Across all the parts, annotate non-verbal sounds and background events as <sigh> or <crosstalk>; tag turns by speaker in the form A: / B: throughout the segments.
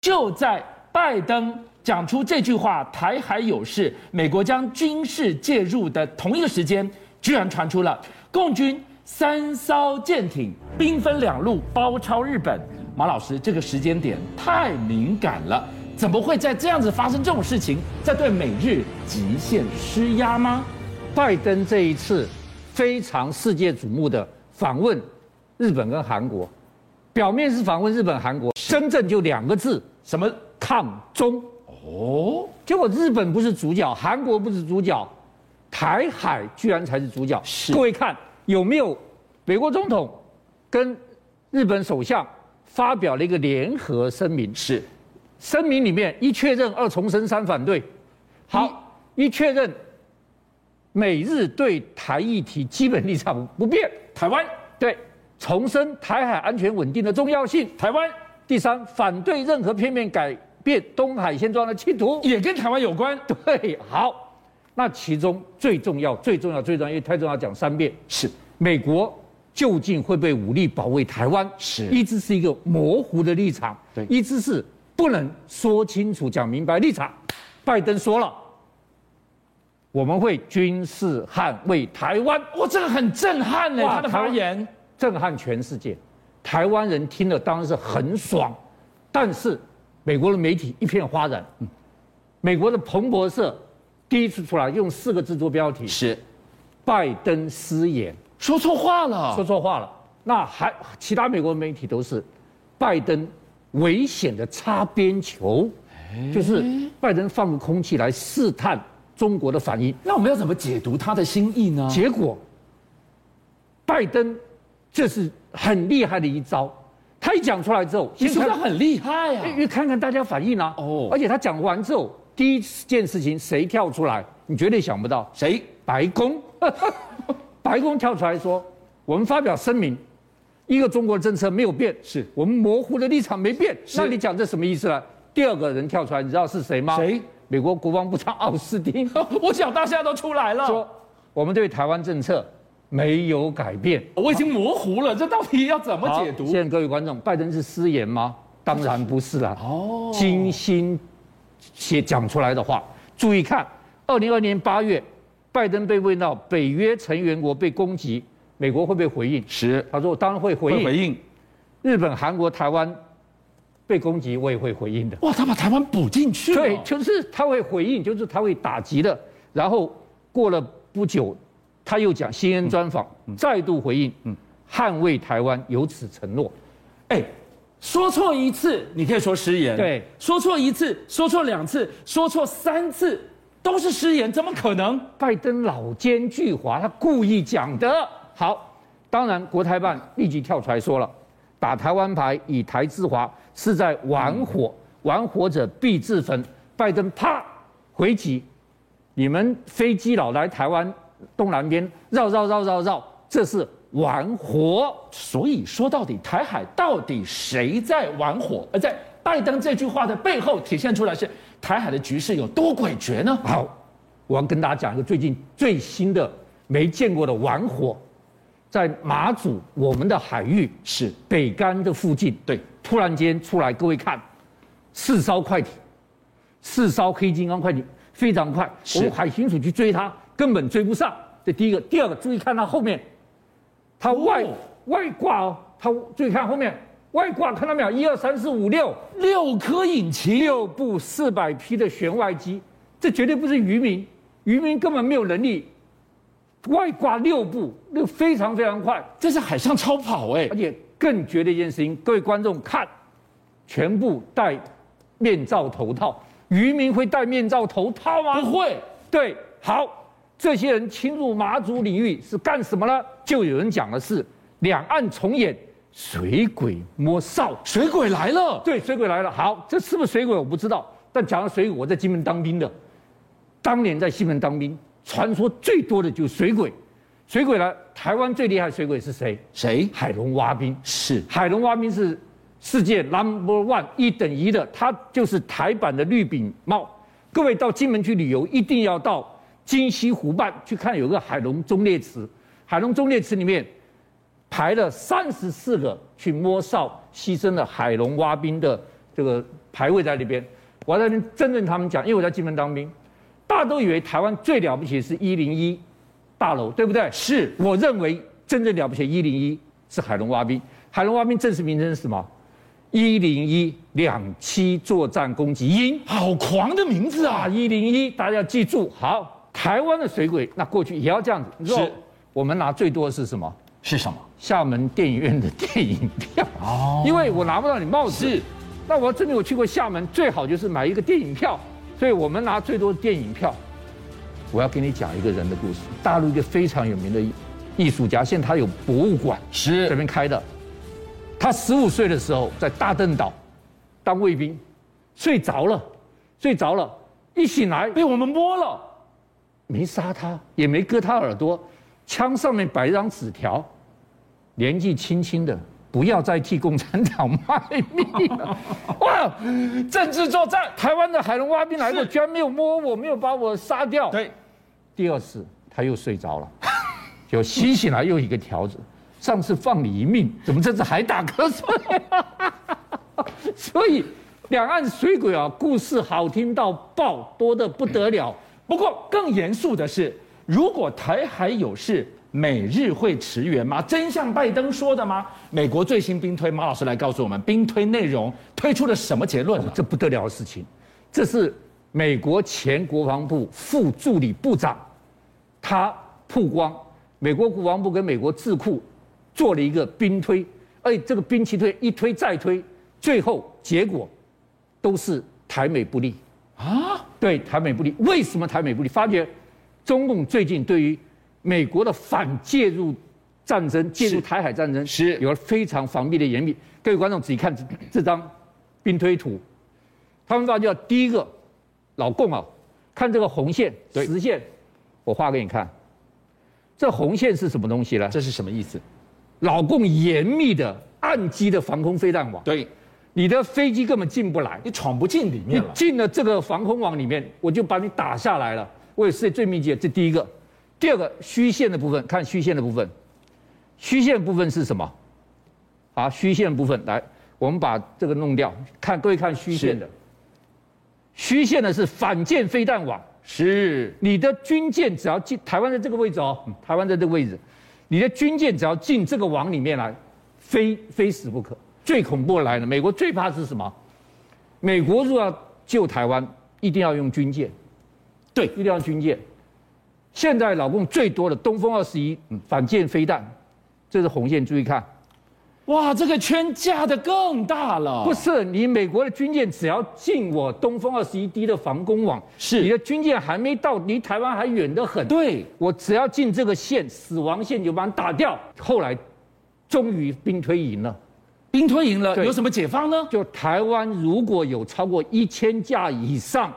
A: 就在拜登讲出这句话“台海有事，美国将军事介入”的同一个时间，居然传出了共军三艘舰艇兵分两路包抄日本。马老师，这个时间点太敏感了，怎么会在这样子发生这种事情？在对美日极限施压吗？
B: 拜登这一次非常世界瞩目的访问日本跟韩国，表面是访问日本、韩国，真正就两个字：
A: 什么？
B: 抗中。
A: 哦，
B: 结果日本不是主角，韩国不是主角，台海居然才是主角。
A: 是
B: 各位看有没有美国总统跟日本首相发表了一个联合声明？
A: 是
B: 声明里面一确认，二重申，三反对。
A: 嗯
B: 好，一确认，美日对台议题基本立场不变。
A: 台湾，
B: 对，重申台海安全稳定的重要性。
A: 台湾
B: 第三，反对任何片面改变东海现状的企图。
A: 也跟台湾有关。
B: 对，好，那其中最重要、最重要、最重要，因为太重要，讲三遍。
A: 是
B: 美国究竟会不会武力保卫台湾？
A: 是
B: 一直是一个模糊的立场，
A: 对
B: 一直是不能说清楚、讲明白立场。拜登说了，我们会军事捍卫台湾，
A: 哇，这个很震撼呢，
B: 哇
A: 他的发言。
B: 震撼全世界。台湾人听了当然是很爽，但是美国的媒体一片哗然。
A: 嗯
B: 美国的彭博社第一次出来用四个字做标题：
A: 是
B: 拜登失言。
A: 说错话了，
B: 说错话了。那还其他美国媒体都是拜登危险的擦边球，
A: 哎
B: 就是拜登放个空气来试探中国的反应。
A: 那我们要怎么解读他的心意呢？
B: 结果，拜登这是很厉害的一招，他一讲出来之后，
A: 你说
B: 看
A: 他很厉害啊！
B: 因为看看大家反应啊。
A: 哦
B: 哦，而且他讲完之后，第一件事情谁跳出来，你绝对想不到，
A: 谁？
B: 白宫， <laughs> 白宫跳出来说，我们发表声明，一个中国政策没有变，
A: 是
B: 我们模糊的立场没变。
A: 是
B: 那你讲这什么意思呢？第二个人跳出来，你知道是谁吗？
A: 谁？
B: 美国国防部长奥斯汀
A: <laughs> 我想大家都出来了
B: 说，，我们对台湾政策没有改变。
A: 我已经模糊了，这到底要怎么
B: 好
A: 解读
B: 现？在各位观众，拜登是失言吗？当然不是啦。
A: 哦，
B: 精心写讲出来的话。注意看，二零二年八月，拜登被问到北约成员国被攻击，美国会不会回应？
A: 是
B: 他说：“我当然会回
A: 会
B: 应。
A: 回应。
B: 日本、韩国、台湾被攻击，我也会回应的。
A: 哇，他把台湾补进去了。
B: 对，就是哦他会回应，就是他会打击的。然后过了不久，他又讲新恩专访，再度回应，捍卫台湾，有此承诺。
A: 哎，说错一次，你可以说失言；
B: 对，
A: 说错一次，说错两次，说错三次，都是失言，怎么可能？
B: 拜登老奸巨猾，他故意讲的。好，当然国台办立即跳出来说了，打台湾牌以台制华是在玩火，玩火者必自焚。拜登啪回击，你们飞机老来台湾东南边绕绕绕绕绕，这是玩火。
A: 所以说到底，台海到底谁在玩火？而在拜登这句话的背后，体现出来是台海的局势有多诡谲呢？
B: 好，我要跟大家讲一个最近最新的没见过的玩火，在马祖我们的海域
A: 是
B: 北干的附近，
A: 对，
B: 突然间出来，各位看，四艘快艇，四艘黑金刚快艇非常快，
A: 是
B: 我们海巡署去追它根本追不上。这第一个，第二个，注意看它后面，它外、
A: 哦
B: 外挂哦，它注意看后面外挂，看到没有？一二三四五六
A: 六颗引擎，
B: 六部四百匹的舷外机，这绝对不是渔民，渔民根本没有能力。外挂六部，那个非常非常快，
A: 这是海上超跑哎、
B: 而且更绝的一件事情，各位观众看，全部戴面罩头套，渔民会戴面罩头套吗？
A: 不会，
B: 对，好，这些人侵入马祖领域是干什么呢？就有人讲的是两岸重演水鬼摸哨，
A: 水鬼来了，
B: 对，水鬼来了。好，这是不是水鬼我不知道，但讲到水鬼，我在金门当兵的，当年在西门当兵，传说最多的就是水鬼。水鬼来，台湾最厉害的水鬼是谁？
A: 谁？
B: 海龙蛙兵。
A: 是
B: 海龙蛙兵是世界 number one 一等一的，它就是台版的绿柄帽。各位到金门去旅游，一定要到金溪湖畔去看，有个海龙忠烈祠。海龙忠烈祠里面排了三十四个去摸哨牺牲了海龙蛙兵的这个排位在那边。我在那边真正他们讲，因为我在金门当兵，大家都以为台湾最了不起是一零一大楼，对不对？
A: 是
B: 我认为真正了不起一零一是海龙蛙兵，海龙蛙兵正式名称是什么？一零一两栖作战攻击鹰。
A: 好狂的名字
B: 啊，
A: 啊！
B: 一零一，大家要记住。好，台湾的水鬼那过去也要这样子。你知道
A: 是
B: 我们拿最多的是什么？
A: 是什么？
B: 厦门电影院的电影票，
A: 哦
B: 因为我拿不到你帽子。
A: 是，
B: 那我真的有去过厦门，最好就是买一个电影票，所以我们拿最多的电影票。我要跟你讲一个人的故事，大陆一个非常有名的艺术家，现在他有博物馆，这
A: 是
B: 边开的。他十五岁的时候在大嶝岛当卫兵，睡着了，睡着了，一醒来
A: 被我们摸了，
B: 没杀他，也没割他耳朵，枪上面摆一张纸条，年纪轻轻的，不要再替共产党卖命
A: <laughs>
B: 了。哇，
A: 政治作战。
B: 台湾的海龙蛙兵来过，
A: 是
B: 居然没有摸我，没有把我杀掉。
A: 对，
B: 第二次他又睡着了，就醒醒来又一个条子，上次放你一命，怎么这次还打瞌睡？ <laughs> 所以两岸水鬼啊，故事好听到爆，多的不得了。
A: 不过更严肃的是，如果台海有事，美日会驰援吗？真像拜登说的吗？美国最新兵推，马老师来告诉我们，兵推内容推出了什么结论了？
B: 这不得了的事情。这是美国前国防部副助理部长，他曝光美国国防部跟美国智库做了一个兵推，而且这个兵棋推一推再推，最后结果都是台美不利。
A: 啊，
B: 对台美不利，为什么台美不利？发觉中共最近对于美国的反介入战争、介入台海战争
A: 是
B: 有了非常防备的严密。各位观众仔细看这这张兵推图，他们发觉第一个老共啊，看这个红线、
A: 对
B: 实线，我画给你看，这红线是什么东西呢？
A: 这是什么意思？
B: 老共严密的暗击的防空飞弹网，
A: 对
B: 你的飞机根本进不来。
A: 你闯不进里
B: 你
A: 面了，
B: 进了这个防空网里面，我就把你打下来了。我也是最密集的，这第一个。第二个虚线的部分，看虚线的部分，虚线部分是什么？啊，虚线部分，来，我们把这个弄掉，看各位看虚线的，虚线的是反舰飞弹网，
A: 是
B: 你的军舰只要进台湾的这个位置哦，台湾在这个位置，你的军舰只要进这个网里面来，非非死不可。最恐怖的来了，美国最怕是什么？美国如果要救台湾，一定要用军舰，对，一定要用军舰。现在老共最多的东风二十一嗯反舰飞弹，这是红线，注意看，
A: 啊哇，这个圈架的更大了，
B: 不是你美国的军舰只要进我东风二十一 D 的防空网，
A: 是
B: 你的军舰还没到，离台湾还远得很。
A: 对，
B: 我只要进这个线，死亡线就把你打掉。后来，终于兵推赢了。
A: 兵推赢了，
B: 对
A: 有什么解放呢？
B: 就台湾如果有超过一千架以上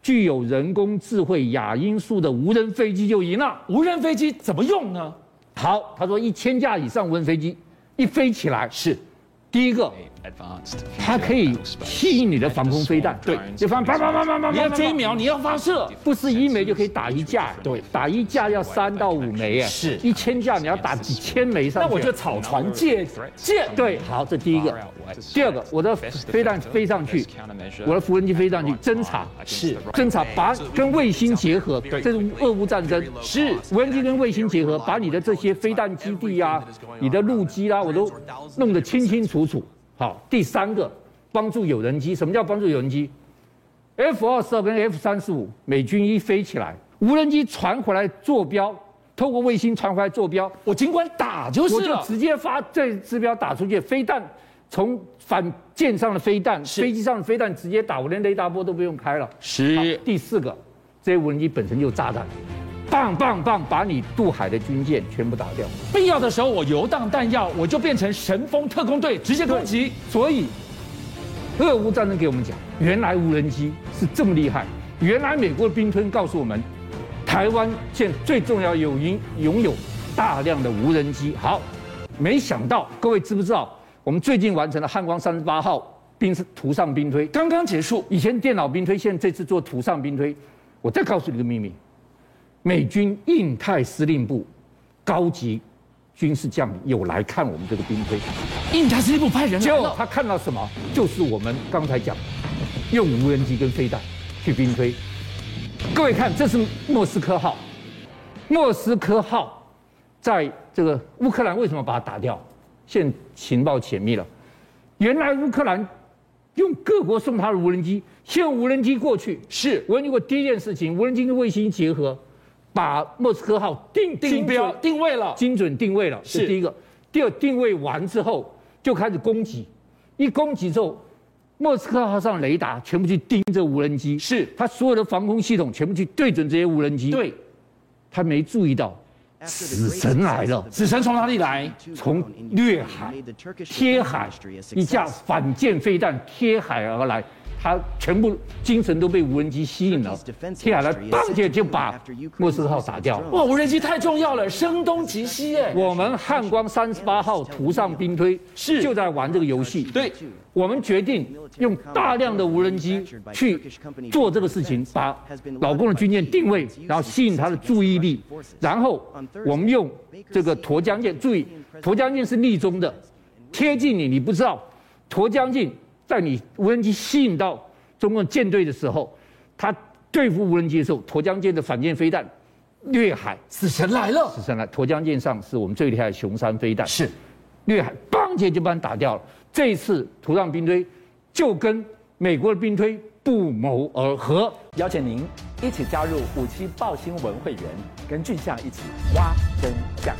B: 具有人工智慧亚音速的无人飞机就赢了。
A: 无人飞机怎么用呢？
B: 好，他说一千架以上无人飞机一飞起来，
A: 是哎
B: 第一个
C: advanced
B: 它可以吸引你的防空飞弹，
C: 对
B: 就放叭叭叭叭叭叭叭叭叭，
A: 你要追瞄，你要发射，
B: 不是一枚就可以打一架，
C: 对
B: 打一架要三到五枚，哎，
A: 是
B: 一千架你要打几千枚上
A: 那
B: 去。
A: 我就草船借箭，
B: 对，好，这第一个。第
C: 第
B: 二
C: 二
B: 个
C: 个，，
B: 我
C: 我
B: 的
C: 的
B: 飞
C: 飞
B: 弹
C: 弹
B: 飞
C: 飞
B: 上
C: 上
B: 去
C: 去，，
B: 我
C: 我
B: 的
C: 的
B: 无人机飞上去侦察，
C: 啊是
B: 侦察把跟卫星结合，这是俄乌战争，
C: 是
B: 无人机跟卫星结合，把你的这些飞弹基地啊、你的陆基啊，我都弄得清清楚楚。好，第三个，帮助有人机，什么叫帮助有人机？F 二十二跟 F 三十五，美军一飞起来，无人机传回来坐标，透过卫星传回来坐标，
A: 我尽管打就
B: 我
A: 是啊
B: 就
A: 了。
B: 直接发这指标打出去，飞弹从反舰上的飞弹、
A: 是
B: 飞机上的飞弹直接打，我连雷达波都不用开了。好
A: 是
B: 第四个，这些无人机本身就炸弹，棒棒棒，把你渡海的军舰全部打掉。
A: 必要的时候我游荡弹药，我就变成神风特工队，直接攻击。
B: 所以，俄乌战争给我们讲，原来无人机是这么厉害。原来美国的兵推告诉我们，台湾现最重要有拥拥有大量的无人机。好，没想到各位知不知道，我们最近完成了汉光三十八号兵图上兵推，
A: 刚刚结束，
B: 以前电脑兵推，现在这次做图上兵推。我再告诉你个秘密，美军印太司令部高级军事将领有来看我们这个兵推，
A: 印加司令部派人来
B: 就
A: 了，
B: 他看到什么？就是我们刚才讲，用无人机跟飞弹去兵推。各位看，这是莫斯科号，莫斯科号在这个乌克兰为什么把它打掉？现情报解密了，原来乌克兰用各国送他的无人机，先用无人机过去，
A: 是
B: 无人机过第一件事情，无人机跟卫星结合，把莫斯科号定
A: 定标
B: 准
A: 定位了，
B: 精准定位了，
A: 是
B: 是第一个。第二，定位完之后就开始攻击，一攻击之后，莫斯科号上雷达全部去盯着无人机，
A: 是
B: 它所有的防空系统全部去对准这些无人机。，
A: 对，
B: 他没注意到，
C: 死神来了，
A: 死神从哪里来？
C: 从掠海、
B: 贴
C: 贴
B: 海
C: 海
B: 一
C: 一
B: 架
C: 架
B: 反舰飞弹贴海而来，他全部精神都被无人机吸引了，贴海来，当就就把莫斯科号打掉了。
A: 哇，无人机太重要了，声东击西耶。
B: 我们汉光三十八号图上兵推
A: 是
B: 就在玩这个游戏。
A: 对，
B: 我们决定用大量的无人机去做这个事情，把老共的军舰定位，然后吸引他的注意力，然后我们用这个沱江舰，注意沱江舰是立中的，贴近你，你不知道沱江舰在你无人机吸引到中共舰队的时候，它对付无人机的时候，沱江舰的反舰飞弹掠海。
A: 死神来了，
B: 上来，沱江舰上是我们最厉害的熊山飞弹，
A: 是
B: 掠海，邦姐就把你打掉了。这一次土壤兵推就跟美国的兵推不谋而合。
D: 邀请您一起加入五七报新闻会员，跟俊相一起挖真相。